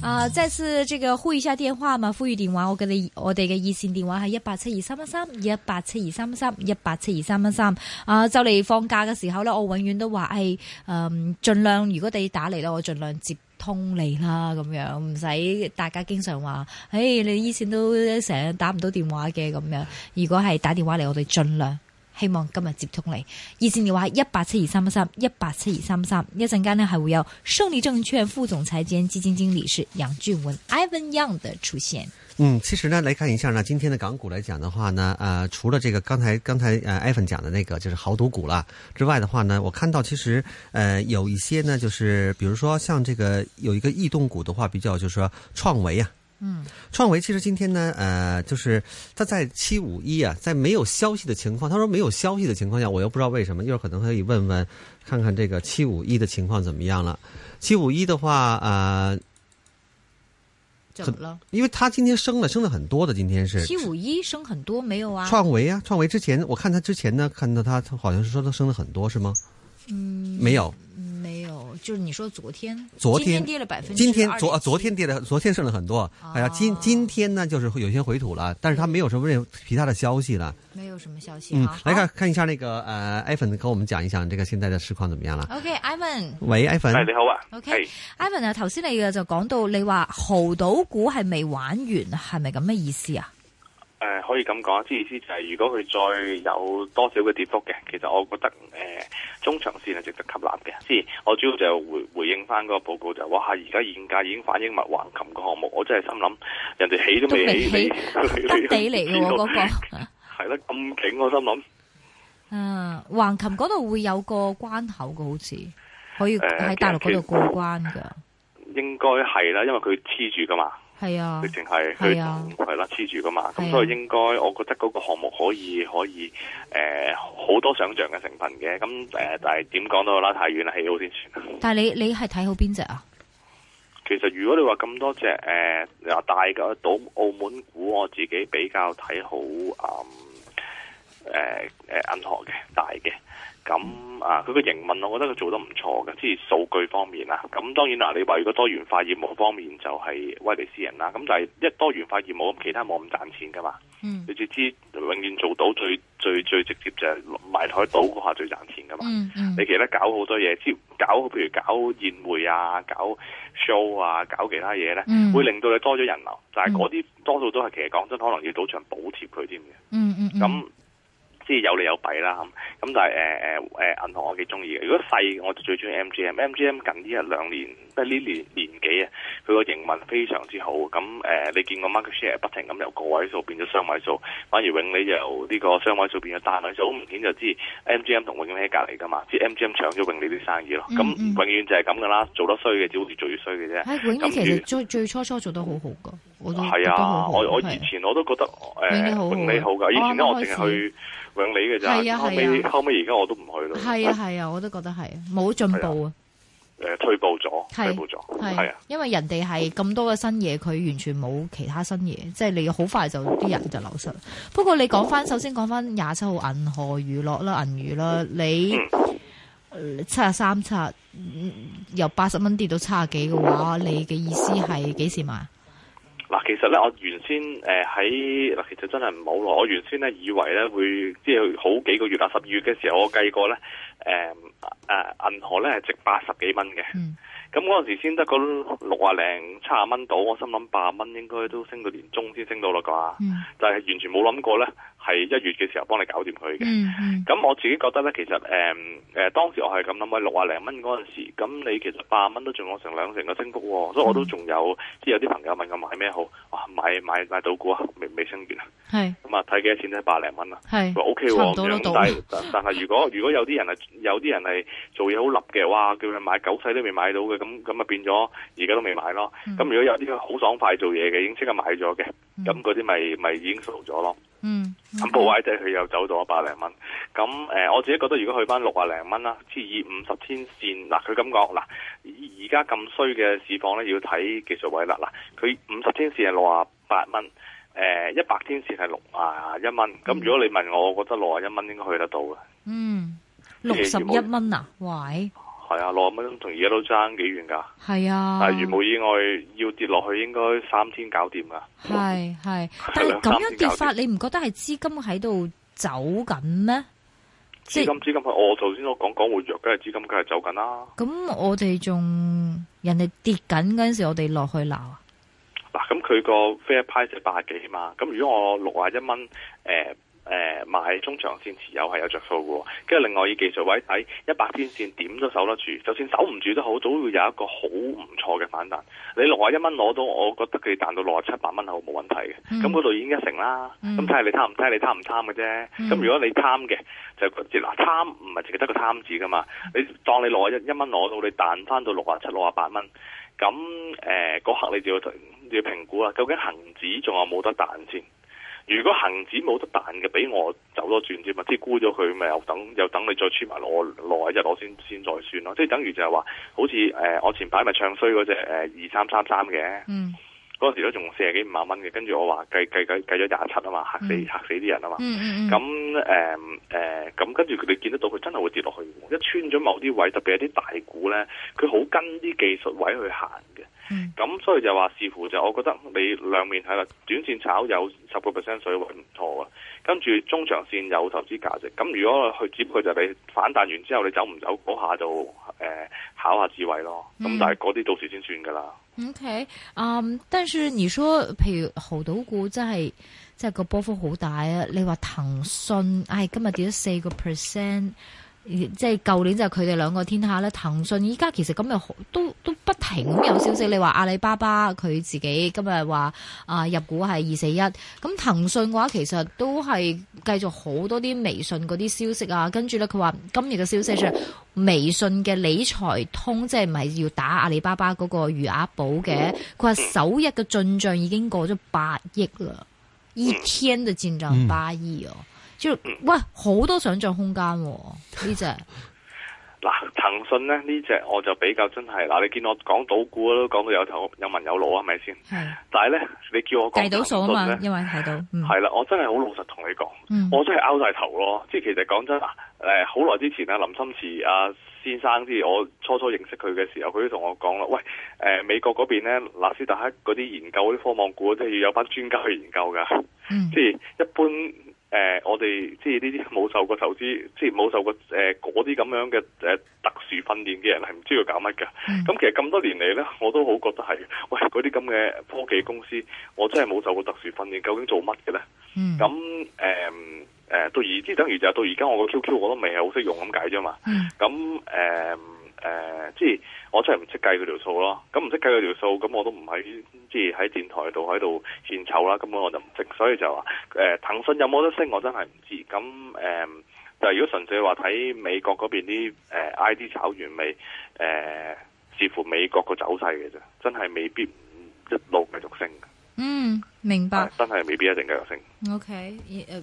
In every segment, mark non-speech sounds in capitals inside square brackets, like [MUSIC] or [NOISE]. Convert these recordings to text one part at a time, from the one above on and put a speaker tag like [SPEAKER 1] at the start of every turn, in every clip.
[SPEAKER 1] 啊、再次這個呼籲一下電話嘛，呼籲電話，我嘅你我哋嘅熱線電話係一八七二三一三一八七二三一三一八七二三一三。啊，就嚟放假嘅時候咧，我永遠都話誒，嗯、盡量如果你打嚟啦，我盡量接。通你啦，咁樣唔使大家經常話，誒、你以前都成日打唔到電話嘅咁樣。如果係打電話嚟，我哋盡量希望今日接通你。熱線電話係一八七二三三一八七二三三，一陣間呢係會有勝利證券副總裁兼基金經理是楊俊文 Ivan Young 的出現。
[SPEAKER 2] 嗯，其实呢，来看一下呢，今天的港股来讲的话呢，呃，除了这个刚才刚才呃艾粉讲的那个就是豪赌股啦之外的话呢，我看到其实呃有一些呢，就是比如说像这个有一个异动股的话，比较就是说创维啊。嗯，创维其实今天呢，呃，就是它在七五一啊，在没有消息的情况，他说没有消息的情况下，我又不知道为什么，一会儿可能可以问问看看这个七五一的情况怎么样了。七五一的话，呃，
[SPEAKER 1] 怎麼了？
[SPEAKER 2] 因为它今天升了，升了很多的，今天是
[SPEAKER 1] 七五一升很多沒有啊？
[SPEAKER 2] 创维啊，创维之前我看他之前呢，看到他他好像是说他升了很多是吗？嗯，没有，
[SPEAKER 1] 沒有，就是你說昨天，
[SPEAKER 2] 昨天
[SPEAKER 1] 今天跌了百分之，
[SPEAKER 2] 今天昨啊昨天跌的，昨天升了很多，哎呀，今
[SPEAKER 1] 哦
[SPEAKER 2] 今天呢就是有些回吐了，但是他没有什么任何其他的消息了。
[SPEAKER 1] 沒有什麼消息
[SPEAKER 2] 嗯
[SPEAKER 1] 啊。，
[SPEAKER 2] 来看看一下那个呃，艾粉跟我们讲一讲这个现在的市况怎么样了。
[SPEAKER 1] OK，Ivan。
[SPEAKER 2] 喂，艾粉
[SPEAKER 3] 系，你好啊
[SPEAKER 1] OK
[SPEAKER 3] 係
[SPEAKER 1] Ivan 啊，頭先你嘅就講到你話豪賭股係未玩完，係咪咁嘅意思啊？
[SPEAKER 3] 誒、可以咁講，即係意思就係如果佢再有多少嘅跌幅嘅，其實我覺得誒、中長線係值得吸納嘅。即係我主要就回回應翻嗰個報告就係哇，而家現價已經反映埋橫琴個項目，我真係心諗人哋起都
[SPEAKER 1] 都未
[SPEAKER 3] 未
[SPEAKER 1] 起
[SPEAKER 3] 起，
[SPEAKER 1] 得地
[SPEAKER 3] 你
[SPEAKER 1] 嚟嘅喎嗰個，
[SPEAKER 3] 係啦，咁勁我心諗
[SPEAKER 1] 嗯，橫琴嗰度會有個關口嘅，好似可以
[SPEAKER 3] 誒
[SPEAKER 1] 喺大陸嗰度過關㗎，
[SPEAKER 3] 應該係啦，因為佢黐住噶嘛，
[SPEAKER 1] 係啊
[SPEAKER 3] 佢，淨係佢
[SPEAKER 1] 係啊
[SPEAKER 3] 係啦黐住噶嘛，
[SPEAKER 1] 係啊
[SPEAKER 3] 咁所以應該我覺得嗰個項目可以可以誒好、多想像嘅成分嘅，咁誒、但係點講都好啦，太遠啦，起好先算。
[SPEAKER 1] 但係你你係睇好邊只啊？
[SPEAKER 3] 其實如果你話咁多隻誒嗱大嘅賭澳門股，我自己比較睇好啊嗯誒誒銀行嘅大嘅。咁啊，佢個營運我覺得佢做得唔錯嘅，即係數據方面啦。咁當然啦，你話如果多元化業務方面就係威尼斯人啦。咁但係一多元化業務，咁其他冇咁賺錢噶嘛。
[SPEAKER 1] 嗯
[SPEAKER 3] 你只知永遠做到最最最直接就係埋台賭嗰下最賺錢噶嘛。
[SPEAKER 1] 嗯嗯
[SPEAKER 3] 你其實搞好多嘢，即係搞譬如搞宴會啊、搞 show 啊、搞其他嘢咧，
[SPEAKER 1] 嗯
[SPEAKER 3] 會令到你多咗人流。但係嗰啲多數都係其實講真，可能要賭場補貼佢添嘅。
[SPEAKER 1] 嗯嗯嗯，
[SPEAKER 3] 咁即係有利有弊啦。咁咁但係誒誒誒銀行我幾中意嘅。如果細我就最中意 MGM。MGM 近呢一兩年即係呢年年幾啊，佢個營運非常之好。咁誒、呃你見個 market share 不停咁由個位數變咗雙位數，反而永利由呢個雙位數變咗單位數，好明顯就知 MGM 同永利喺隔離㗎嘛，即係 MGM 搶咗永利啲生意咯。咁、
[SPEAKER 1] 嗯嗯
[SPEAKER 3] 永遠就係咁㗎啦，做得衰嘅只會越做越衰嘅啫。
[SPEAKER 1] 喺永利
[SPEAKER 3] 咁
[SPEAKER 1] 其
[SPEAKER 3] 如
[SPEAKER 1] 實最最初初做得好好㗎，我都覺
[SPEAKER 3] 係
[SPEAKER 1] 得好
[SPEAKER 3] 啊，
[SPEAKER 1] 好。
[SPEAKER 3] 我我
[SPEAKER 1] 係
[SPEAKER 3] 以前我都覺得
[SPEAKER 1] 永利
[SPEAKER 3] 誒
[SPEAKER 1] 好好啊
[SPEAKER 3] 永利好㗎，以前咧
[SPEAKER 1] 我
[SPEAKER 3] 我
[SPEAKER 1] 啱啱開
[SPEAKER 3] 淨
[SPEAKER 1] 始
[SPEAKER 3] 係去永利嘅咋，
[SPEAKER 1] 係啊
[SPEAKER 3] 後
[SPEAKER 1] 係
[SPEAKER 3] 尾
[SPEAKER 1] 啊
[SPEAKER 3] 後尾而家我都唔去咯。
[SPEAKER 1] 係啊係啊，我都覺得係冇進步啊，
[SPEAKER 3] 誒退步咗，
[SPEAKER 1] 係
[SPEAKER 3] 退步咗，係
[SPEAKER 1] 係
[SPEAKER 3] 啊。
[SPEAKER 1] 因為人哋係咁多嘅新嘢，佢完全冇其他新嘢，即係你好快就啲人就流失。不過你講翻，首先講翻廿七號銀河娛樂啦、銀娛啦，你
[SPEAKER 3] 嗯
[SPEAKER 1] 七十三七由八十蚊跌到七十幾嘅話，你嘅意思係幾時買？
[SPEAKER 3] 嗱，其實咧，我原先誒喺嗱，其實真係唔好耐。我原先咧以為咧會即係好幾個月啊啦，十二月嘅時候我計過咧，誒誒銀河咧係值八十幾蚊嘅。
[SPEAKER 1] 嗯
[SPEAKER 3] 咁嗰陣時先得個六啊零七啊蚊到，我心諗八啊蚊應該都升到年中先升到啦啩。
[SPEAKER 1] 嗯
[SPEAKER 3] 但係完全冇諗過咧，係一月嘅時候幫你搞掂佢嘅。
[SPEAKER 1] 嗯嗯
[SPEAKER 3] 咁我自己覺得咧，其實誒誒、當時我係咁諗，喂六啊零蚊嗰陣時，咁你其實八啊蚊都仲有成兩成嘅升幅喎，所以我都仲有，即係有啲朋友問我買咩好，哇買買買賭股啊，未未升完啊，
[SPEAKER 1] 係
[SPEAKER 3] 咁啊睇幾多錢咧，八啊零蚊啦，
[SPEAKER 1] 係
[SPEAKER 3] 佢 O K
[SPEAKER 1] 嗯差
[SPEAKER 3] 喎
[SPEAKER 1] 唔多
[SPEAKER 3] 咁
[SPEAKER 1] 都到
[SPEAKER 3] 樣，但係但但係如果如果有啲人係有啲人係做嘢好立嘅，哇叫佢買九世都未買到嘅，咁咁啊變咗而家都未買咯，
[SPEAKER 1] 嗯
[SPEAKER 3] 咁如果有啲好爽快做嘢嘅，已經即刻買咗嘅，
[SPEAKER 1] 嗯
[SPEAKER 3] 咁嗰啲咪咪已經掃咗咯。
[SPEAKER 1] 嗯
[SPEAKER 3] 咁部位仔佢又走到一百零蚊，咁誒、呃我自己覺得如果去翻六啊零蚊啦，即係以五十天線嗱，佢咁講嗱，而而家咁衰嘅市況咧，要睇技術位啦嗱，佢五十天線係六啊八蚊，呃誒一百天線係六啊一蚊，咁
[SPEAKER 1] 嗯
[SPEAKER 3] 如果你問我，我覺得六啊一蚊應該去得到嘅，
[SPEAKER 1] 嗯六十一蚊啊，喂！
[SPEAKER 3] 係啊，六十蚊同而家都爭幾遠㗎。
[SPEAKER 1] 係啊
[SPEAKER 3] 啊，，如無意外要跌落去，應該三天搞掂㗎。
[SPEAKER 1] 係係，但係咁樣跌法，你唔覺得係資金喺度走緊咩？
[SPEAKER 3] 資
[SPEAKER 1] 即
[SPEAKER 3] 金
[SPEAKER 1] 係
[SPEAKER 3] 資金係我頭先所講港匯弱，梗係資金梗係走緊啦。
[SPEAKER 1] 咁，我哋仲人哋跌緊嗰陣時，我哋落去鬧啊？
[SPEAKER 3] 嗱，咁佢個 fair price 係八十幾嘛，咁如果我六啊一蚊，誒、誒、買中長線持有係有着數嘅喎，跟住另外以技術位睇一百天線點都守得住，就算守唔住都好，都會有一個好唔錯嘅反彈。你六啊一蚊攞到，我覺得佢彈到六啊七百蚊係冇問題嘅，
[SPEAKER 1] 嗯
[SPEAKER 3] 咁嗰度已經一成啦。
[SPEAKER 1] 嗯
[SPEAKER 3] 咁睇下你貪唔睇，你貪唔貪嘅啫。
[SPEAKER 1] 嗯
[SPEAKER 3] 咁如果你貪嘅，就個字嗱貪唔係淨係得個貪字噶嘛，你當你六啊一一蚊攞到，你彈翻到六啊七、六啊八蚊。咁誒嗰刻你就要睇要評估啦，究竟恒指仲有冇得彈先？如果恒指冇得彈嘅，俾我走多轉啫嘛，即係沽咗佢咪又等又等你再穿埋落落一日我先先再算咯，即係等於就係話，好似誒、呃我前排咪唱衰嗰隻誒呃二三三三嘅，
[SPEAKER 1] 嗯
[SPEAKER 3] 嗰時都仲四十幾五萬蚊嘅，跟住我話計計計計咗廿七啊嘛，嚇死
[SPEAKER 1] 嗯
[SPEAKER 3] 嚇死啲人啊嘛。
[SPEAKER 1] 嗯嗯
[SPEAKER 3] 咁誒誒，呃咁跟住佢哋見得到佢真係會跌落去嘅，一穿咗某啲位，特別係啲大股咧，佢好跟啲技術位去行嘅。
[SPEAKER 1] 嗯
[SPEAKER 3] 咁所以就話視乎就，我覺得你兩面睇啦，短線炒有十個 percent 水位唔錯啊，跟住中長線有投資價值。咁如果去接佢就你反彈完之後，你走唔走嗰下就誒、呃考下智慧咯。咁、
[SPEAKER 1] 嗯
[SPEAKER 3] 但係嗰啲到時先算㗎啦。
[SPEAKER 1] OK，嗯，但是你說，譬如濠賭股真係即係個波幅好大啊！你話騰訊，唉、今日跌咗四個 percent，即係舊年就係佢哋兩個天下啦。騰訊依家其實今日好都都不停咁有消息，你話阿里巴巴佢自己今日話啊入股係二四一，咁騰訊嘅話其實都係繼續好多啲微信嗰啲消息啊，跟住咧佢話今日嘅消息上。微信嘅理財通，即係唔係要打阿里巴巴嗰個餘額寶嘅？佢話首日嘅進帳已經過咗八億啦，一天嘅進帳八億哦，即係喂好多想像空間喎呢只，
[SPEAKER 3] 嗱，騰訊咧呢只我就比較真係嗱，你見我講賭股都講到有頭有文有路啊，係咪先？
[SPEAKER 1] 係
[SPEAKER 3] 但係咧，你叫我講
[SPEAKER 1] 計到數啊
[SPEAKER 3] 騰
[SPEAKER 1] 嘛，
[SPEAKER 3] 訊呢
[SPEAKER 1] 因為睇到，嗯
[SPEAKER 3] 係啦，我真係好老實同你講，
[SPEAKER 1] 嗯
[SPEAKER 3] 我真係拗晒頭咯。即係其實講真啊，誒好耐之前啊，林心慈啊先生，即係我初初認識佢嘅時候，佢都同我講啦，喂，誒、美國嗰邊咧，納斯達克嗰啲研究嗰啲科網股，即係要有班專家去研究㗎。
[SPEAKER 1] 嗯
[SPEAKER 3] 即係一般誒、呃我哋即係呢啲冇受過投資，即係冇受過誒嗰啲咁樣嘅誒、呃特殊訓練嘅人係唔知道搞乜㗎。
[SPEAKER 1] 嗯
[SPEAKER 3] 咁其實咁多年嚟呢，我都好覺得係，喂嗰啲咁嘅科技公司，我真係冇受過特殊訓練，究竟做乜嘅呢？
[SPEAKER 1] 嗯
[SPEAKER 3] 咁呃誒誒，到而即係等於就係到而家我個 QQ 我都未係好識用咁解啫嘛。
[SPEAKER 1] 嗯
[SPEAKER 3] 咁誒誒，即係我真係唔識計佢條數咯。咁唔識計佢條數，咁我都唔喺即係喺電台度喺度獻醜啦。根本我就唔識，所以就話誒、騰訊有冇得升，我真係唔知。咁誒、但係如果純粹話睇美國嗰邊啲誒、I 呃 D 炒完未誒、視乎美國個走勢嘅啫，真係未必一路繼續升嘅，
[SPEAKER 1] 嗯，明白。
[SPEAKER 3] 真係未必一定繼續升。
[SPEAKER 1] OK，呃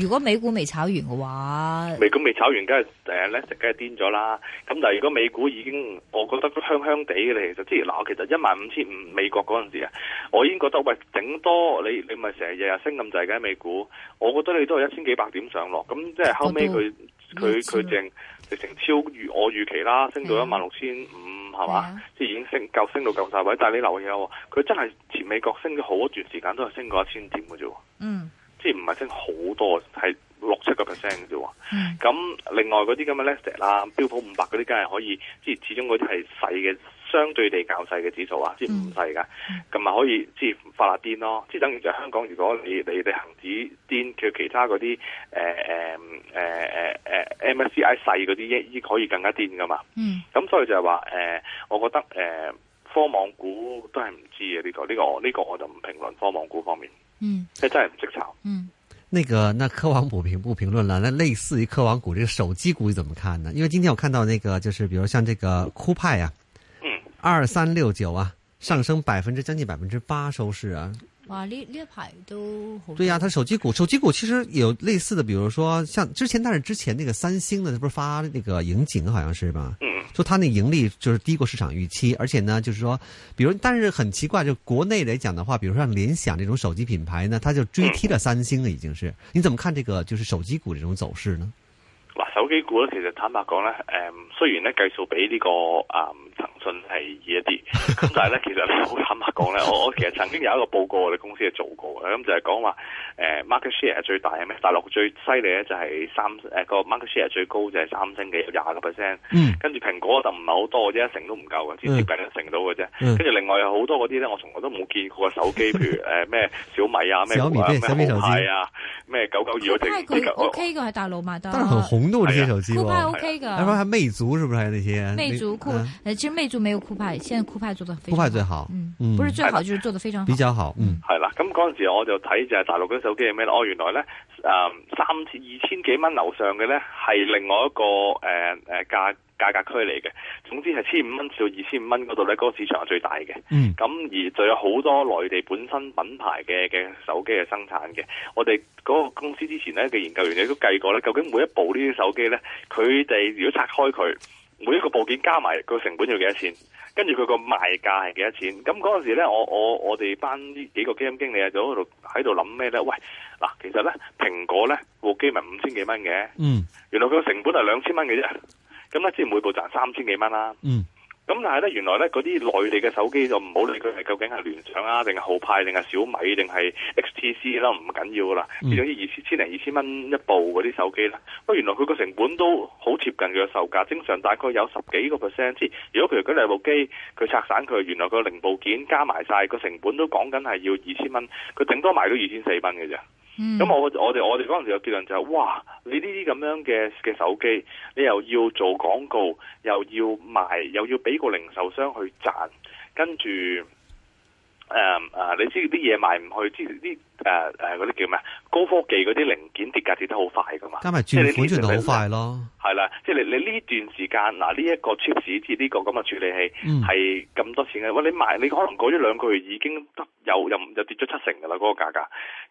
[SPEAKER 1] 如果美股未炒完嘅話，
[SPEAKER 3] 美股未炒完，梗係誒咧，梗係癲咗啦。咁但係如果美股已經，我覺得都香香地嘅咧，其實即係嗱，我其實一萬五千五美國嗰陣時啊，我已經覺得喂，整多你你咪成日日日升咁滯嘅美股，我覺得你都係一千幾百點上落，咁即係後尾佢
[SPEAKER 1] 我哦都
[SPEAKER 3] 佢佢淨直情超預我預期啦，升到一萬六千五係
[SPEAKER 1] 啊係
[SPEAKER 3] 嘛
[SPEAKER 1] 啊，
[SPEAKER 3] 即係已經升夠升到夠晒位。但係你留意下喎，佢真係前美國升咗好一段時間，都係升過一千點嘅啫喎，
[SPEAKER 1] 嗯
[SPEAKER 3] 即係唔係升好多，係六七個 percent 嘅啫喎。
[SPEAKER 1] 嗯
[SPEAKER 3] 咁另外嗰啲咁嘅 Nasdaq 啦、標普五百嗰啲，梗係可以，即係始終嗰啲係細嘅，相對地較細嘅指數啊，即係唔細㗎。咁咪可以即係發下癲咯。即係等於就係香港，如果你你你恒指癲，佢其他嗰啲誒誒誒誒誒 MSCI 細嗰啲，依可以更加癲㗎嘛。
[SPEAKER 1] 嗯
[SPEAKER 3] 咁所以就係話誒，我覺得誒、呃科網股都係唔知嘅呢、個呢、個我呢、個我就唔評論科網股方面，
[SPEAKER 1] 嗯
[SPEAKER 3] 即係真係唔識炒。
[SPEAKER 1] 嗯，
[SPEAKER 2] 那个，那科网股评不评论了？那类似于科网股这个手机股你怎么看呢？因为今天我看到那个，就是比如像这个酷派啊，
[SPEAKER 3] 嗯，
[SPEAKER 2] 二三六九啊，上升百分之将近百分之八收市啊。
[SPEAKER 1] 哇！呢呢一排都好
[SPEAKER 2] 对呀、它手机股，手机股其实有类似的，比如说像之前，但是之前那个三星的，它不是发那个盈警好像是吧？
[SPEAKER 3] 嗯。
[SPEAKER 2] 就它那盈利就是低过市场预期，而且呢，就是说，比如但是很奇怪，就国内来讲的话，比如像联想这种手机
[SPEAKER 1] 嗯
[SPEAKER 2] 品牌呢，它就追踢了三星了，已经是。你怎么看这个就是手机股这种走势呢？
[SPEAKER 3] 嗱，手機股咧，其實坦白講咧，誒、雖然咧計數比呢、個誒、騰訊係易
[SPEAKER 2] [LAUGHS]
[SPEAKER 3] 一啲，咁但係咧，其實呢好坦白講咧，我我其實曾經有一個報告，我哋公司係做過嘅，咁就係講話誒 market share 最大係咩？大陸最犀利咧就係三誒、個 market share 最高就係三星嘅有廿個 percent，
[SPEAKER 2] 嗯
[SPEAKER 3] 跟住蘋果就唔係好多嘅啫，一成都唔夠嘅，只接近一成到嘅啫。
[SPEAKER 2] 嗯
[SPEAKER 3] 跟住另外有好多嗰啲咧，我從來都冇見過嘅手機，譬如誒咩、小米啊，咩
[SPEAKER 2] 小米
[SPEAKER 3] 啊
[SPEAKER 2] 對小米
[SPEAKER 3] 咩
[SPEAKER 2] 手機
[SPEAKER 3] 豪派啊，咩九九二嗰
[SPEAKER 1] 酷派
[SPEAKER 3] 隻
[SPEAKER 1] 佢 OK 嘅喺大陸買得，
[SPEAKER 2] 但是很红的我这些
[SPEAKER 3] 哎呀
[SPEAKER 2] 手机
[SPEAKER 1] 酷派
[SPEAKER 2] 哦，
[SPEAKER 1] OK
[SPEAKER 2] 要不然
[SPEAKER 1] 嘅，
[SPEAKER 2] 还魅族是不是还有那些
[SPEAKER 1] 魅族酷
[SPEAKER 2] 嗯，
[SPEAKER 1] 呃其实魅族没有酷派，現在酷派做得非常
[SPEAKER 2] 酷派最好
[SPEAKER 1] 嗯
[SPEAKER 2] 嗯，
[SPEAKER 1] 不是最好，就是做得非常好
[SPEAKER 2] 比。較好，嗯
[SPEAKER 3] 係啦，咁嗰陣時我就睇就係大陸嗰啲手機係咩咧？哦，原來咧，誒、三千二千幾蚊樓上嘅咧係另外一個誒誒、價價格區嚟嘅。總之係千五蚊至到二千五蚊嗰度咧，嗰、個市場係最大嘅。
[SPEAKER 2] 嗯
[SPEAKER 3] 咁而就有好多內地本身品牌嘅嘅手機嘅生產嘅，我哋嗰個公司之前咧嘅研究員亦都計過咧，究竟每一部呢啲手機咧，佢哋如果拆開佢，每一個部件加埋個成本要幾多錢，跟住佢個賣價係幾多錢？咁嗰陣時咧，我我我哋班呢幾個基金經理啊，就喺度喺度諗咩咧？喂，嗱，其實咧蘋果咧部機咪五千幾蚊嘅，
[SPEAKER 2] 嗯
[SPEAKER 3] 原來佢個成本係兩千蚊嘅啫，咁咧即係每部賺三千幾蚊啦。
[SPEAKER 2] 嗯
[SPEAKER 3] 咁但係咧，原來咧嗰啲內地嘅手機就唔好理佢係究竟係聯想啊，定係豪派，定係小米，定係 HTC 啦，唔緊要噶啦。
[SPEAKER 2] 嗯
[SPEAKER 3] 變咗二千千零二千蚊一部嗰啲手機啦，喂，原來佢個成本都好貼近佢嘅售價，正常大概有十幾個 percent。即係如果譬如佢兩部機佢拆散佢，原來個零部件加埋晒個成本都講緊係要二千蚊，佢頂多賣到二千四蚊嘅啫。
[SPEAKER 1] 嗯
[SPEAKER 3] 咁我我哋我哋嗰陣時嘅結論就係、哇！你呢啲咁樣嘅嘅手機，你又要做廣告，又要賣，又要俾個零售商去賺，跟住誒誒，你知啲嘢賣唔去，知啲誒誒嗰啲叫咩啊？高科技嗰啲零件跌價跌得好快噶嘛，
[SPEAKER 2] 加埋轉款轉得好快咯，
[SPEAKER 3] 係啦，即係你你呢段時間嗱，呢、一個 chips 即係呢個咁嘅處理器。
[SPEAKER 2] 嗯
[SPEAKER 3] 係咁多錢嘅，喂你賣你可能過咗兩個月已經得又又又跌咗七成㗎啦嗰個價格。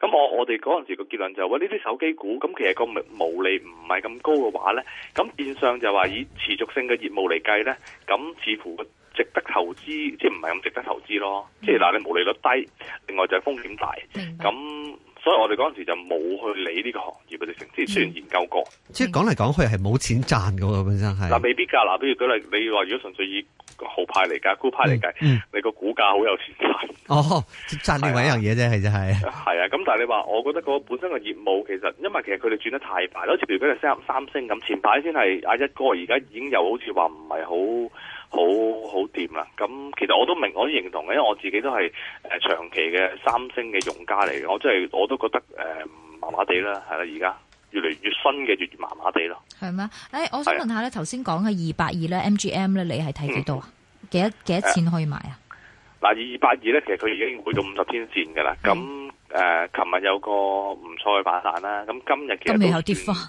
[SPEAKER 3] 咁我我哋嗰陣時個結論就係、喂呢啲手機股咁其實個毛利唔係咁高嘅話呢，咁變相就話以持續性嘅業務嚟計呢，咁似乎值得投資，即係唔係咁值得投資咯。即係嗱，你毛利率低，另外就係風險大，
[SPEAKER 1] 明白
[SPEAKER 3] 咁。所以我哋嗰陣時就冇去理呢個行業嘅直情，即係雖然研究過，
[SPEAKER 2] 即係講嚟講去係冇錢賺嘅喎，本身係
[SPEAKER 3] 嗱、未必㗎。嗱，比如舉例，你話如果純粹以豪派嚟計、高派嚟計，
[SPEAKER 2] 嗯嗯
[SPEAKER 3] 你個股價好有錢賺。
[SPEAKER 2] 哦，即係賺另外一樣嘢啫，係真係，
[SPEAKER 3] [LAUGHS] 係啊，咁但係你話，我覺得嗰個本身嘅業務其實，因為其實佢哋轉得太快，好似譬如佢哋三三星咁，前排先係阿一哥，而家已經又好似話唔係好好好掂啦。咁其實我都明，我都認同嘅，因為我自己都係誒長期嘅三星嘅用家嚟嘅，我真係我都覺得誒麻麻地啦，係啦，而家越嚟越新嘅越麻麻地咯。
[SPEAKER 1] 係咩？誒，哎我
[SPEAKER 2] 啊
[SPEAKER 1] 想問下咧，頭先講嘅二百二咧，MGM 咧，你係睇幾多啊？
[SPEAKER 2] 嗯
[SPEAKER 1] 幾多幾多錢可以買啊？
[SPEAKER 3] 嗱，二八二咧，其實佢已經回到五十天線嘅啦。
[SPEAKER 1] 嗯
[SPEAKER 3] 咁誒，琴日有個唔錯嘅反彈啦。咁今日其實
[SPEAKER 1] 今日
[SPEAKER 3] 都
[SPEAKER 1] 有跌
[SPEAKER 3] 算
[SPEAKER 1] 翻，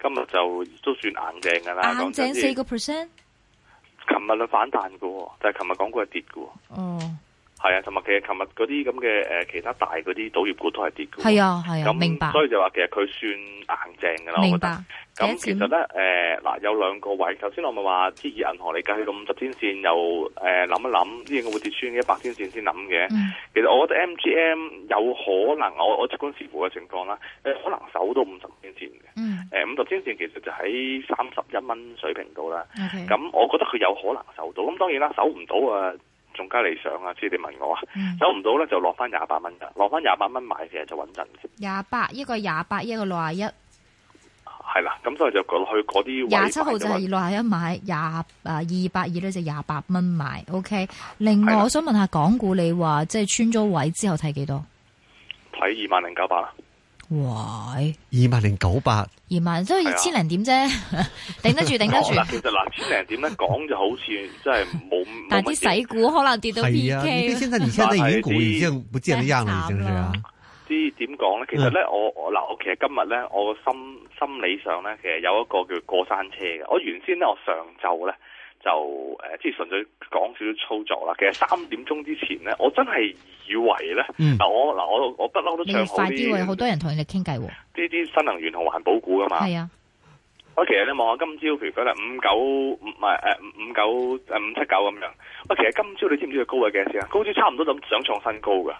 [SPEAKER 3] 今日就都算硬淨㗎
[SPEAKER 2] 啊
[SPEAKER 3] 啦，
[SPEAKER 1] 硬
[SPEAKER 3] 講真
[SPEAKER 1] 正四
[SPEAKER 3] 啲。
[SPEAKER 1] 個 percent。
[SPEAKER 3] 琴日嘅反彈嘅喎，但係琴日港股係跌嘅喎，
[SPEAKER 1] 哦，
[SPEAKER 3] 係啊，同埋其實琴日嗰啲咁嘅呃誒其他大嗰啲賭業股都係跌嘅喎。
[SPEAKER 1] 係啊，係啊，
[SPEAKER 3] 咁
[SPEAKER 1] 明白，
[SPEAKER 3] 所以就話其實佢算硬淨㗎啦，我覺
[SPEAKER 1] 明
[SPEAKER 3] 得。
[SPEAKER 1] 白。
[SPEAKER 3] 咁
[SPEAKER 1] 幾
[SPEAKER 3] 其
[SPEAKER 1] 多錢？
[SPEAKER 3] 實咧，誒嗱、有兩個位，頭先我咪話，即係以銀行嚟計，去到五十天線又誒諗一諗，應該會跌穿一百天線先諗嘅。
[SPEAKER 1] 嗯
[SPEAKER 3] 其實我覺得 MGM 有可能，我我即管視乎嘅情況啦，誒可能守到五十天線嘅。
[SPEAKER 1] 嗯
[SPEAKER 3] 誒五十天線其實就喺三十一蚊水平度啦。
[SPEAKER 1] ，OK。
[SPEAKER 3] 咁我覺得佢有可能守到，咁當然啦，守唔到啊，仲加理想啊，知你問我啊，
[SPEAKER 1] 嗯
[SPEAKER 3] 守唔到咧就落翻廿八蚊㗎，落翻廿八蚊買其實就穩陣嘅，
[SPEAKER 1] 廿八，一個廿八，一個六廿一。
[SPEAKER 3] 係啦，咁所以就過去嗰啲位
[SPEAKER 1] 廿七號就
[SPEAKER 3] 買
[SPEAKER 1] 係
[SPEAKER 3] 就穩
[SPEAKER 1] 六廿一買，廿啊二百二咧就廿八蚊買。OK。另
[SPEAKER 3] 係
[SPEAKER 1] 外，
[SPEAKER 3] 啦
[SPEAKER 1] 我想問下港股，你話即係穿咗位之後睇幾多？
[SPEAKER 3] 睇二萬零九百啦，
[SPEAKER 1] 哇！
[SPEAKER 2] 二萬零九百，
[SPEAKER 1] 二萬即係
[SPEAKER 3] 係啊
[SPEAKER 1] 千零點啫， [LAUGHS] 頂
[SPEAKER 3] [LAUGHS]
[SPEAKER 1] 得住，頂得
[SPEAKER 3] 嗱
[SPEAKER 1] 住。
[SPEAKER 3] 其實嗱千零點咧講就好似真係冇
[SPEAKER 1] 但係
[SPEAKER 3] 冇乜
[SPEAKER 1] 啲
[SPEAKER 3] 嘢
[SPEAKER 1] 洗股可能跌到
[SPEAKER 2] 係啊，
[SPEAKER 1] PK
[SPEAKER 2] 你看
[SPEAKER 1] 啦。
[SPEAKER 2] 現在你現在銀股已經不見了樣了，已經是啊，
[SPEAKER 3] 啲點講咧？其實咧，我我嗱，我其實今日咧，我個心心理上咧，其實有一個叫過山車嘅。我原先咧，我上晝咧就誒，呃即係純粹講少少操作啦。其實三點鐘之前咧，我真係以為咧，
[SPEAKER 2] 嗯
[SPEAKER 3] 嗱我嗱我我不嬲都
[SPEAKER 1] 你
[SPEAKER 3] 唱
[SPEAKER 1] 要
[SPEAKER 3] 好
[SPEAKER 1] 快啲喎，好
[SPEAKER 3] 啲
[SPEAKER 1] 多人同你傾偈喎。
[SPEAKER 3] 啲啲新能源同環保股噶嘛。
[SPEAKER 1] 係啊，
[SPEAKER 3] 我其實你望下今朝，譬如佢係五九五唔係誒五九誒呃五七九咁樣。喂，其實今朝你知唔知佢高位幾多先啊？高招差唔多諗想創新高㗎。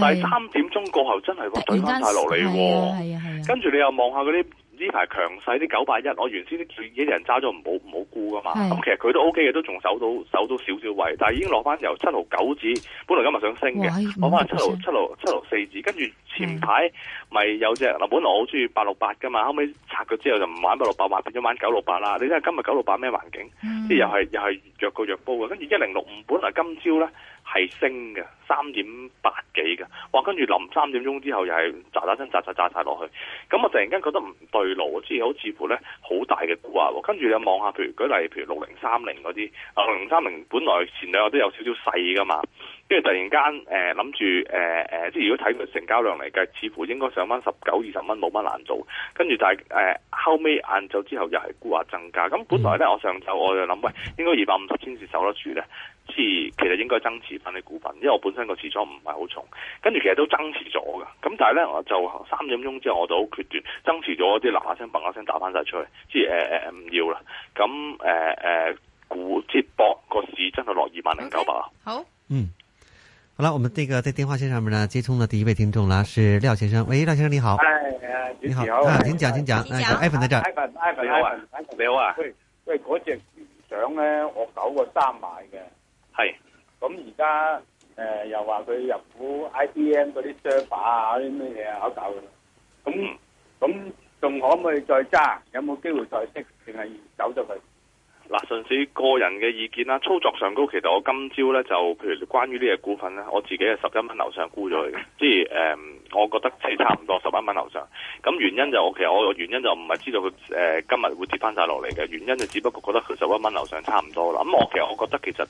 [SPEAKER 3] 但係
[SPEAKER 1] 係。
[SPEAKER 3] 三點鐘過後真係哇，
[SPEAKER 1] 突
[SPEAKER 3] 懟
[SPEAKER 1] 然
[SPEAKER 3] 翻
[SPEAKER 1] 間
[SPEAKER 3] 晒落嚟
[SPEAKER 1] 係
[SPEAKER 3] 喎
[SPEAKER 1] 啊，。係啊，係啊。
[SPEAKER 3] 跟住你又望下嗰啲呢排強勢啲九八一，我原先啲一人揸咗唔好唔好沽噶嘛，
[SPEAKER 1] 係
[SPEAKER 3] 咁其實佢都 O K 嘅，都仲守到守到少少位，但係已經落翻由七毫九指，本來今日想升
[SPEAKER 1] 哇
[SPEAKER 3] 嘅，落翻七毫七毫七毫四指，跟住前排咪有隻嗱，本來我好中意八六八噶嘛，後尾拆咗之後就唔玩八六八，玩變咗玩九六八啦。你睇下今日九六八咩環境，
[SPEAKER 1] 嗯
[SPEAKER 3] 即係又係又係弱過弱煲嘅，跟住一零六五本來今朝咧係升嘅，三點八幾嘅，哇！跟住臨三點鐘之後又係喳喳聲喳喳喳晒落去，咁我突然間覺得唔對路，即係好似乎咧好大嘅沽壓喎。跟住你望下，譬如舉例，譬如六零三零嗰啲，啊六零三零本來前兩日都有少少細噶嘛，跟住突然間誒諗住誒誒，即係如果睇佢成交量嚟計，似乎應該上翻十九二十蚊冇乜難做。跟住但係誒後尾晏晝之後又係沽壓增加。咁本來咧我上晝我就諗，喂，應該二百五十先至守得住咧。即係其實應該增持翻啲股份，因為我本身個持倉唔係好重，跟住其實都增持咗㗎。咁但係咧，我就三點鐘之後我就好決斷，增持咗啲嗱嗱聲、嘭一聲打翻晒出去，即係誒誒唔要啦。咁誒誒股即係博個市真係落二萬零九百啊！
[SPEAKER 4] 好，
[SPEAKER 2] 嗯，好了，我们这个在电话线上面呢接通了第一位听众了，是廖先生。喂，廖先生你好，
[SPEAKER 5] 哎，
[SPEAKER 2] 你
[SPEAKER 5] 你
[SPEAKER 2] 好
[SPEAKER 5] 好，
[SPEAKER 2] 啊，请讲，请讲。
[SPEAKER 4] 请
[SPEAKER 2] 哎
[SPEAKER 4] 讲
[SPEAKER 2] ，iPhone 在这儿，
[SPEAKER 5] Ivan Ivan
[SPEAKER 3] 你好啊
[SPEAKER 5] Ivan，
[SPEAKER 3] 你好啊，
[SPEAKER 5] 喂喂，嗰只聯想咧，我九個三買嘅，
[SPEAKER 3] 係
[SPEAKER 5] 咁而家誒又話佢入股 IBM 嗰啲 server 啊，嗰啲咩嘢啊，搞搞嘅，咁
[SPEAKER 3] 嗯
[SPEAKER 5] 咁仲可唔可以再揸？有冇機會再息？定係走咗佢？
[SPEAKER 3] 嗱，純粹個人嘅意見啦，操作上高其實我今朝咧就譬如關於呢隻股份咧，我自己係十一蚊樓上沽咗佢嘅，即係誒、我覺得即係差唔多十一蚊樓上。咁原因就我其實我原因就唔係知道佢誒、今日會跌翻晒落嚟嘅，原因就只不過覺得佢十一蚊樓上差唔多啦。咁我其實我覺得其實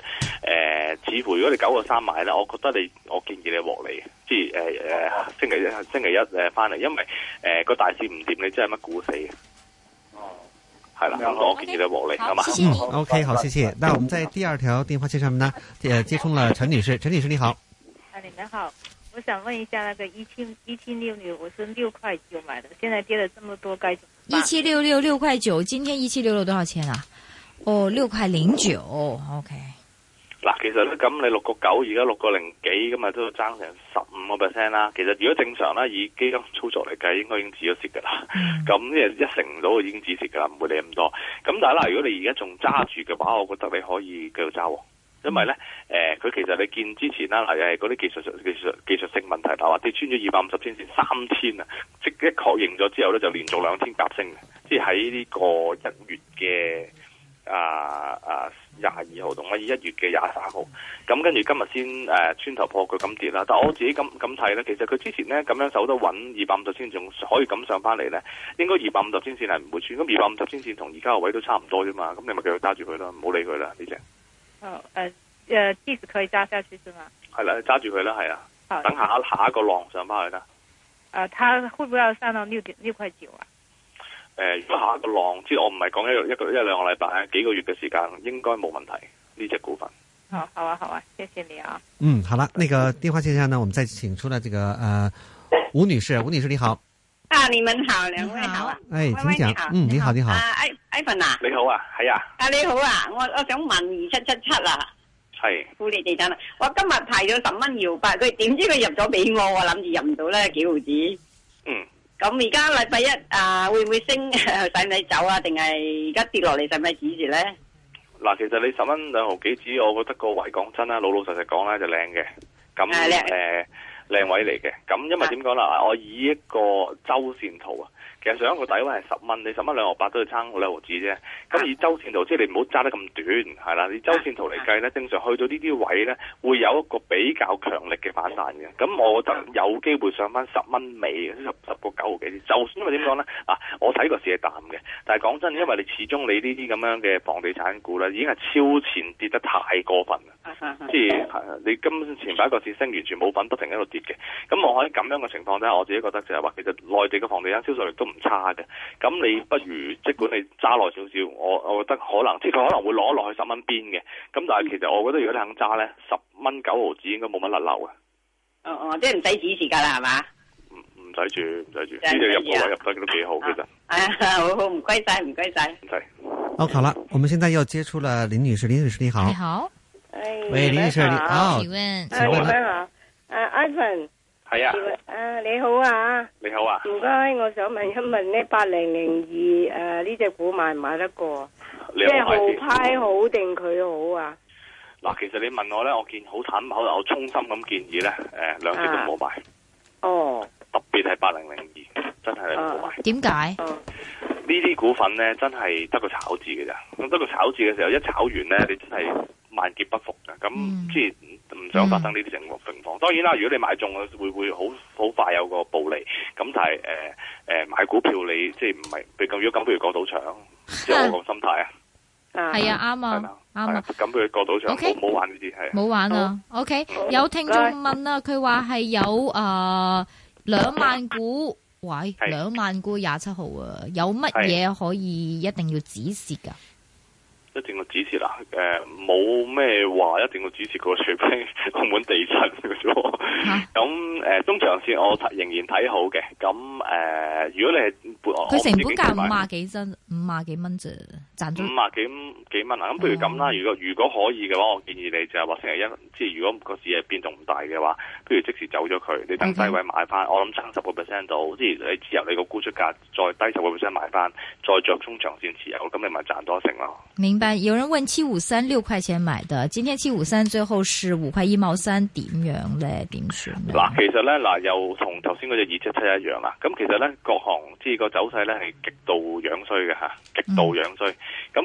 [SPEAKER 3] 誒、似乎如果你九個三買咧，我覺得你我建議你獲利，即係誒誒星期一星期一誒翻嚟，因為誒個、大市唔掂，你真係乜股死嘅
[SPEAKER 5] 哦，
[SPEAKER 3] 係啦。咁我建議你獲利
[SPEAKER 1] 好
[SPEAKER 3] 係嘛？
[SPEAKER 1] 謝謝
[SPEAKER 2] 嗯
[SPEAKER 1] 你
[SPEAKER 2] ，OK，好，谢谢。那我们在第二条电话线上面呢，呃，接通了陈女士，陈女士你好，
[SPEAKER 6] 啊，你们好，我想问一下那个一七一七六六，我是六块九买的，现在跌了这么多，该怎么
[SPEAKER 1] 一
[SPEAKER 6] 办？
[SPEAKER 1] 七六六六块九，今天一七六六多少钱啊？哦，六块零九，OK。
[SPEAKER 3] 嗱，其實咧，咁你六個九，而家六個零幾，咁啊都要爭成十五個 percent 啦。其實如果正常啦，以基金操作嚟計，應該已經止咗蝕㗎啦。咁即係一成到已經止蝕㗎啦，唔會理咁多。咁但係啦，如果你而家仲揸住嘅話，我覺得你可以繼續揸喎。因為咧，誒、佢其實你見之前啦，嗱又係嗰啲技術技術技術性問題啦，話跌穿咗二百五十天線三千啊，即一確認咗之後咧，就連續兩天夾升嘅，即係喺呢個一月嘅。啊啊廿二號同乜一月嘅廿三號，咁跟住今日先誒、呃穿頭破腳咁跌啦。但我自己咁咁睇咧，其實佢之前咧咁樣守得穩二百五十天線，仲可以咁上翻嚟咧，應該二百五十天線係唔會穿。咁二百五十天線同而家個位都差唔多啫嘛，咁你咪繼續揸住佢啦，唔好理佢啦呢只。
[SPEAKER 6] 好，呃呃，即使可以扎下去是吗？
[SPEAKER 3] 係啦，揸住佢啦，係啊，
[SPEAKER 6] 好，
[SPEAKER 3] 等下下一個浪上翻去啦。
[SPEAKER 6] 呃，它会不会要上到六点六块九啊？
[SPEAKER 3] 誒、如果下一個浪，即係我唔係講一個一個一兩個禮拜，幾個月嘅時間應該冇問題呢只股份。
[SPEAKER 6] 好，好啊，好啊，谢谢你啊。
[SPEAKER 2] 嗯，好了，那个电话线上呢，我们再请出了这个呃吴女士，吴女士你好，
[SPEAKER 7] 啊，你们好，两位好啊！
[SPEAKER 2] 哎，请
[SPEAKER 7] 喂喂
[SPEAKER 2] 讲
[SPEAKER 7] 你好，
[SPEAKER 2] 嗯，你好你好
[SPEAKER 7] 啊，，艾艾芬啊，
[SPEAKER 3] 你好啊，係啊，
[SPEAKER 7] 啊你好啊，我我想问二七七七啊，
[SPEAKER 3] 係。
[SPEAKER 7] 富利地產啊，我今日排咗十蚊搖八，佢點知佢入咗俾我，我諗住入唔到咧，幾毫子。
[SPEAKER 3] 嗯。
[SPEAKER 7] 咁而家禮拜一啊，會唔會升？ [LAUGHS] 使唔使走啊？定係而家跌落嚟，使唔使指住咧？
[SPEAKER 3] 嗱，其實你十蚊兩毫幾紙，我覺得個位講真啦，老老實實講咧就靚嘅，咁
[SPEAKER 7] 係靚
[SPEAKER 3] 誒靚位嚟嘅。咁因為點講啦，我以一個周線圖啊，其實上一個底位係十蚊，你十蚊兩毫八都要撐兩毫紙啫。咁以周線圖，即係你唔好揸得咁短，係啦。以周線圖嚟計咧，正常去到呢啲位咧，會有一個比較強力嘅反彈嘅。咁我覺得有機會上翻十蚊尾，十十個九毫幾先。就算因為點講咧，嗱，我睇個市係淡嘅，但係講真，因為你始終你呢啲咁樣嘅房地產股咧，已經係超前跌得太過分啦。
[SPEAKER 7] 啊啊啊
[SPEAKER 3] 即係係你今前排個市升完全冇份，不停喺度跌嘅。咁我喺咁樣嘅情況底下，我自己覺得就係話，其實內地嘅房地產銷售力都唔差嘅。咁你不如即管你揸耐少少，我我覺得可能即係佢可能會攞落去十蚊邊嘅。咁但係其實我覺得如果你肯揸咧，十蚊九毫子應該冇乜甩漏嘅，
[SPEAKER 7] 哦哦，即係唔使指示㗎啦，係嘛？
[SPEAKER 3] 唔唔使住唔使住，
[SPEAKER 7] 真係
[SPEAKER 3] 呢度入個
[SPEAKER 7] 啊
[SPEAKER 3] 位入得都幾好，其實
[SPEAKER 7] 啊，好好，唔該晒，唔該晒。
[SPEAKER 3] 唔使。
[SPEAKER 2] 哦，好了，我们现在又接触了林女士，林女士你好
[SPEAKER 1] 你，好，
[SPEAKER 4] 哎
[SPEAKER 2] 喂，林女士你好
[SPEAKER 4] 啊
[SPEAKER 2] 哦
[SPEAKER 1] 请，问
[SPEAKER 2] 请问呢
[SPEAKER 8] 啊，你好，啊，Ivan，
[SPEAKER 3] 系啊，
[SPEAKER 4] 啊，你好啊，
[SPEAKER 3] 你好啊，
[SPEAKER 4] 唔該，我想問一問呢八零零二呃诶呢只股買唔買得過？即
[SPEAKER 3] 你
[SPEAKER 4] 係
[SPEAKER 3] 好
[SPEAKER 4] 豪
[SPEAKER 3] I
[SPEAKER 4] 派好定佢好啊？
[SPEAKER 3] 嗱，其實你問我咧，我見好坦白，我衷心咁建議咧，诶、兩隻
[SPEAKER 1] 啊
[SPEAKER 3] 都冇買，
[SPEAKER 4] 哦，
[SPEAKER 3] 特別係八零零二，真係
[SPEAKER 1] 啊
[SPEAKER 3] 冇買。
[SPEAKER 1] 點解？
[SPEAKER 4] 哦，
[SPEAKER 3] 呢啲股份咧，真係得個炒字嘅咋。咁得個炒字嘅時候，一炒完咧，你真係萬劫不復嘅。咁
[SPEAKER 1] 嗯
[SPEAKER 3] 即係唔想發生呢啲情況情況。當然啦，如果你買中，會會好好快有個暴利。咁但係誒誒買股票你即係唔係？譬如咁如果咁，不如過賭場，即係我個心態啊，
[SPEAKER 4] 啊，
[SPEAKER 1] 係啊，啱
[SPEAKER 3] 係咪
[SPEAKER 1] 啊，啱啊。
[SPEAKER 3] 咁不如過賭場，
[SPEAKER 1] OK
[SPEAKER 3] 冇冇玩呢啲係啊。
[SPEAKER 1] 冇玩啊。OK，
[SPEAKER 4] 好
[SPEAKER 1] 有聽眾問啊，佢話係有诶两万股，喂，
[SPEAKER 3] 係
[SPEAKER 1] 兩萬股廿七號啊，有乜嘢可以一定要止蝕噶？
[SPEAKER 3] 一定要指示啦，誒冇咩話一定要指示個水平 [LAUGHS] 澳門地震嘅啫喎。
[SPEAKER 1] 嚇
[SPEAKER 3] 咁誒、中長線我睇仍然睇好嘅。咁誒、如果你係本我
[SPEAKER 1] 佢成
[SPEAKER 3] 我唔
[SPEAKER 1] 本
[SPEAKER 3] 知
[SPEAKER 1] 價
[SPEAKER 3] 幾
[SPEAKER 1] 五
[SPEAKER 3] 買
[SPEAKER 1] 啊幾蚊，五啊幾蚊啫，賺咗
[SPEAKER 3] 五啊幾幾蚊啊，咁不如咁啦。
[SPEAKER 1] 嗯
[SPEAKER 3] 如果如果可以嘅話，我建議你就係話星期一，即係如果個市係變動唔大嘅話，不如即時走咗佢，你等低
[SPEAKER 1] OK
[SPEAKER 3] 位買翻。我諗爭十個 percent 到，即係你之後你個沽出價再低十個 percent 買翻，再着中長線持有，咁你咪賺多一成咯。
[SPEAKER 1] 明白。有人問七五三六塊錢買的，今天七五三最後是五塊一毛三，點樣咧？點算呢？
[SPEAKER 3] 嗱，其實咧，嗱又同頭先嗰隻二七七一樣啦。咁其實咧，各行即係個走勢咧係極度樣衰嘅嚇，極度樣衰。咁、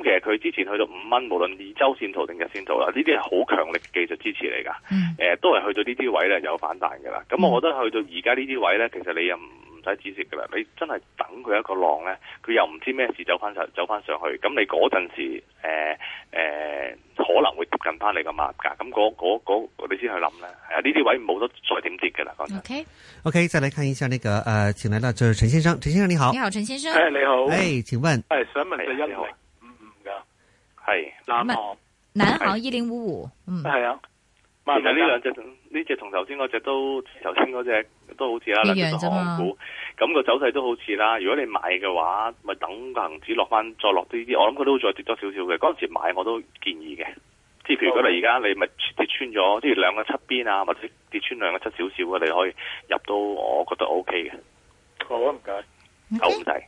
[SPEAKER 3] 其實佢之前去到五蚊，無論二周線圖定日線圖啦，呢啲係好強力技術支持嚟㗎。
[SPEAKER 1] 嗯
[SPEAKER 3] 誒、呃都係去到呢啲位咧有反彈㗎啦。咁我覺得去到而家呢啲位咧，其實你又唔唔使止蝕㗎啦。你真係等佢一個浪咧，佢又唔知咩事走翻上走翻上去。咁你嗰陣時誒、誒可能會接近翻你個碼價。咁嗰嗰嗰你先去諗咧。係啊，呢啲位冇得再點跌㗎啦。講真。
[SPEAKER 1] ，OK，
[SPEAKER 2] OK，再来看一下那个呃，请来了就是陈先生，陈先生你好
[SPEAKER 1] 你，好，陳先生，
[SPEAKER 5] 诶，你好，
[SPEAKER 2] 哎，请问
[SPEAKER 5] 诶，想問隻一
[SPEAKER 3] 係你
[SPEAKER 5] 零
[SPEAKER 3] 好
[SPEAKER 5] 五五噶
[SPEAKER 3] 係，
[SPEAKER 5] 南
[SPEAKER 1] 乜
[SPEAKER 5] 航，
[SPEAKER 1] 南航一零五五，嗯，
[SPEAKER 5] 係啊，
[SPEAKER 3] 其
[SPEAKER 5] 買唔
[SPEAKER 3] 實呢
[SPEAKER 5] 買
[SPEAKER 3] 兩隻呢隻同頭先嗰隻都頭先嗰隻都好似啦，
[SPEAKER 1] 一樣
[SPEAKER 3] 兩隻都
[SPEAKER 1] 啫嘛
[SPEAKER 3] 航股，咁個走勢都好似啦。如果你買嘅話，咪等個恒指落翻，再落啲啲，我諗佢都會再跌多少少嘅。嗰陣時買我都建議嘅，即係譬如如果你而家你咪跌穿咗，即係兩個七邊啊，或者跌穿兩個七少少嘅，你可以入到，我覺得 O K 嘅，
[SPEAKER 5] 好啊，唔該。
[SPEAKER 3] 九五仔。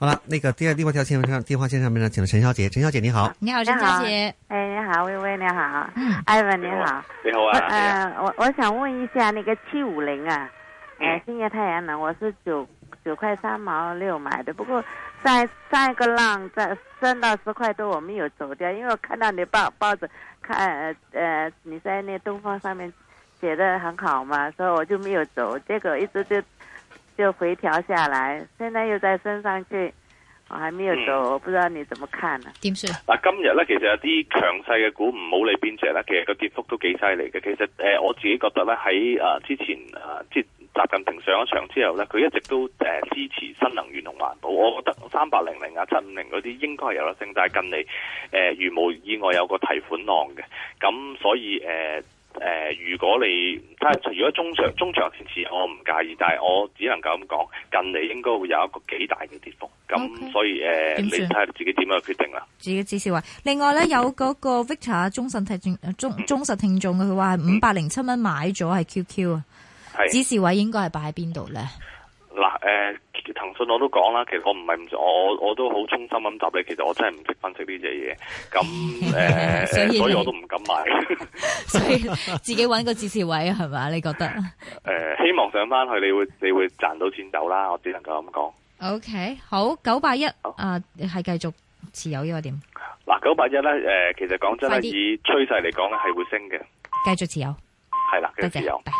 [SPEAKER 2] 好了，那个第二第二条线上电话线上面呢，请了陈小姐，陈小姐你好，
[SPEAKER 1] 你好，陳小姐，
[SPEAKER 8] 哎，你好，薇薇你好
[SPEAKER 1] 嗯，
[SPEAKER 8] ，Ivan 你
[SPEAKER 3] 好
[SPEAKER 8] 好
[SPEAKER 3] 啊，你好
[SPEAKER 8] 我
[SPEAKER 3] 啊，你好
[SPEAKER 8] 呃，我我想问一下那个七五零啊，呃
[SPEAKER 3] 嗯，
[SPEAKER 8] 兴业太阳能，我是九九块三毛六买的，不过上上一个浪在升到十块多，我没有走掉，因为我看到你报报纸看呃呃你在那东方上面写的很好嘛，所以我就没有走，结果一直就就回调下来，现在又再升上去，我还没有走，我不知道你怎么看呢、
[SPEAKER 1] 點算？
[SPEAKER 3] 嗱，今日咧其實有啲強勢嘅股唔好理邊隻啦，其實個跌幅都幾犀利嘅。其實誒、呃我自己覺得咧喺誒之前誒、呃即係習近平上咗場之後咧，佢一直都誒、呃支持新能源同環保。我覺得三八零零啊、七五零嗰啲應該係有得升，但係近嚟誒、呃如無意外有個提款浪嘅，咁所以誒。呃誒、呃如果你睇下，如果中長中長線持有，我唔介意，但係我只能夠咁講，近嚟應該會有一個幾大嘅跌幅，咁
[SPEAKER 1] OK
[SPEAKER 3] 所以誒、呃
[SPEAKER 1] 點
[SPEAKER 3] 你
[SPEAKER 1] 算
[SPEAKER 3] 睇下你自己點樣去決定啦。
[SPEAKER 1] 自己指示話。另外咧，有嗰個 Victor 忠實聽眾，忠忠實聽眾嘅，佢話五百零七蚊買咗係 QQ 啊，
[SPEAKER 3] 係。
[SPEAKER 1] 指示位應該係擺喺邊度咧？
[SPEAKER 3] 嗱，誒、呃騰訊我都講啦，其實我唔係唔我我都好衷心咁答你，其實我真係唔識分析呢只嘢，咁
[SPEAKER 1] [LAUGHS]
[SPEAKER 3] 誒、呃
[SPEAKER 1] 所以
[SPEAKER 3] 所以我都唔敢買。 [LAUGHS] 誒、
[SPEAKER 1] 所以自己揾個指示位係嘛？你覺得？
[SPEAKER 3] 呃希望上翻去你會你會賺到錢走啦，我只能夠咁講。
[SPEAKER 1] O、k 好，九百一
[SPEAKER 3] 好
[SPEAKER 1] 啊，系继续持有呢個點？
[SPEAKER 3] 嗱，九八一咧，誒、呃其實講真
[SPEAKER 1] 快
[SPEAKER 3] 咧，
[SPEAKER 1] 啲
[SPEAKER 3] 以趨勢嚟講咧係會升嘅，
[SPEAKER 1] 繼續持有，
[SPEAKER 3] 係啦，
[SPEAKER 1] 多
[SPEAKER 3] 嘅自由
[SPEAKER 1] 謝，。拜。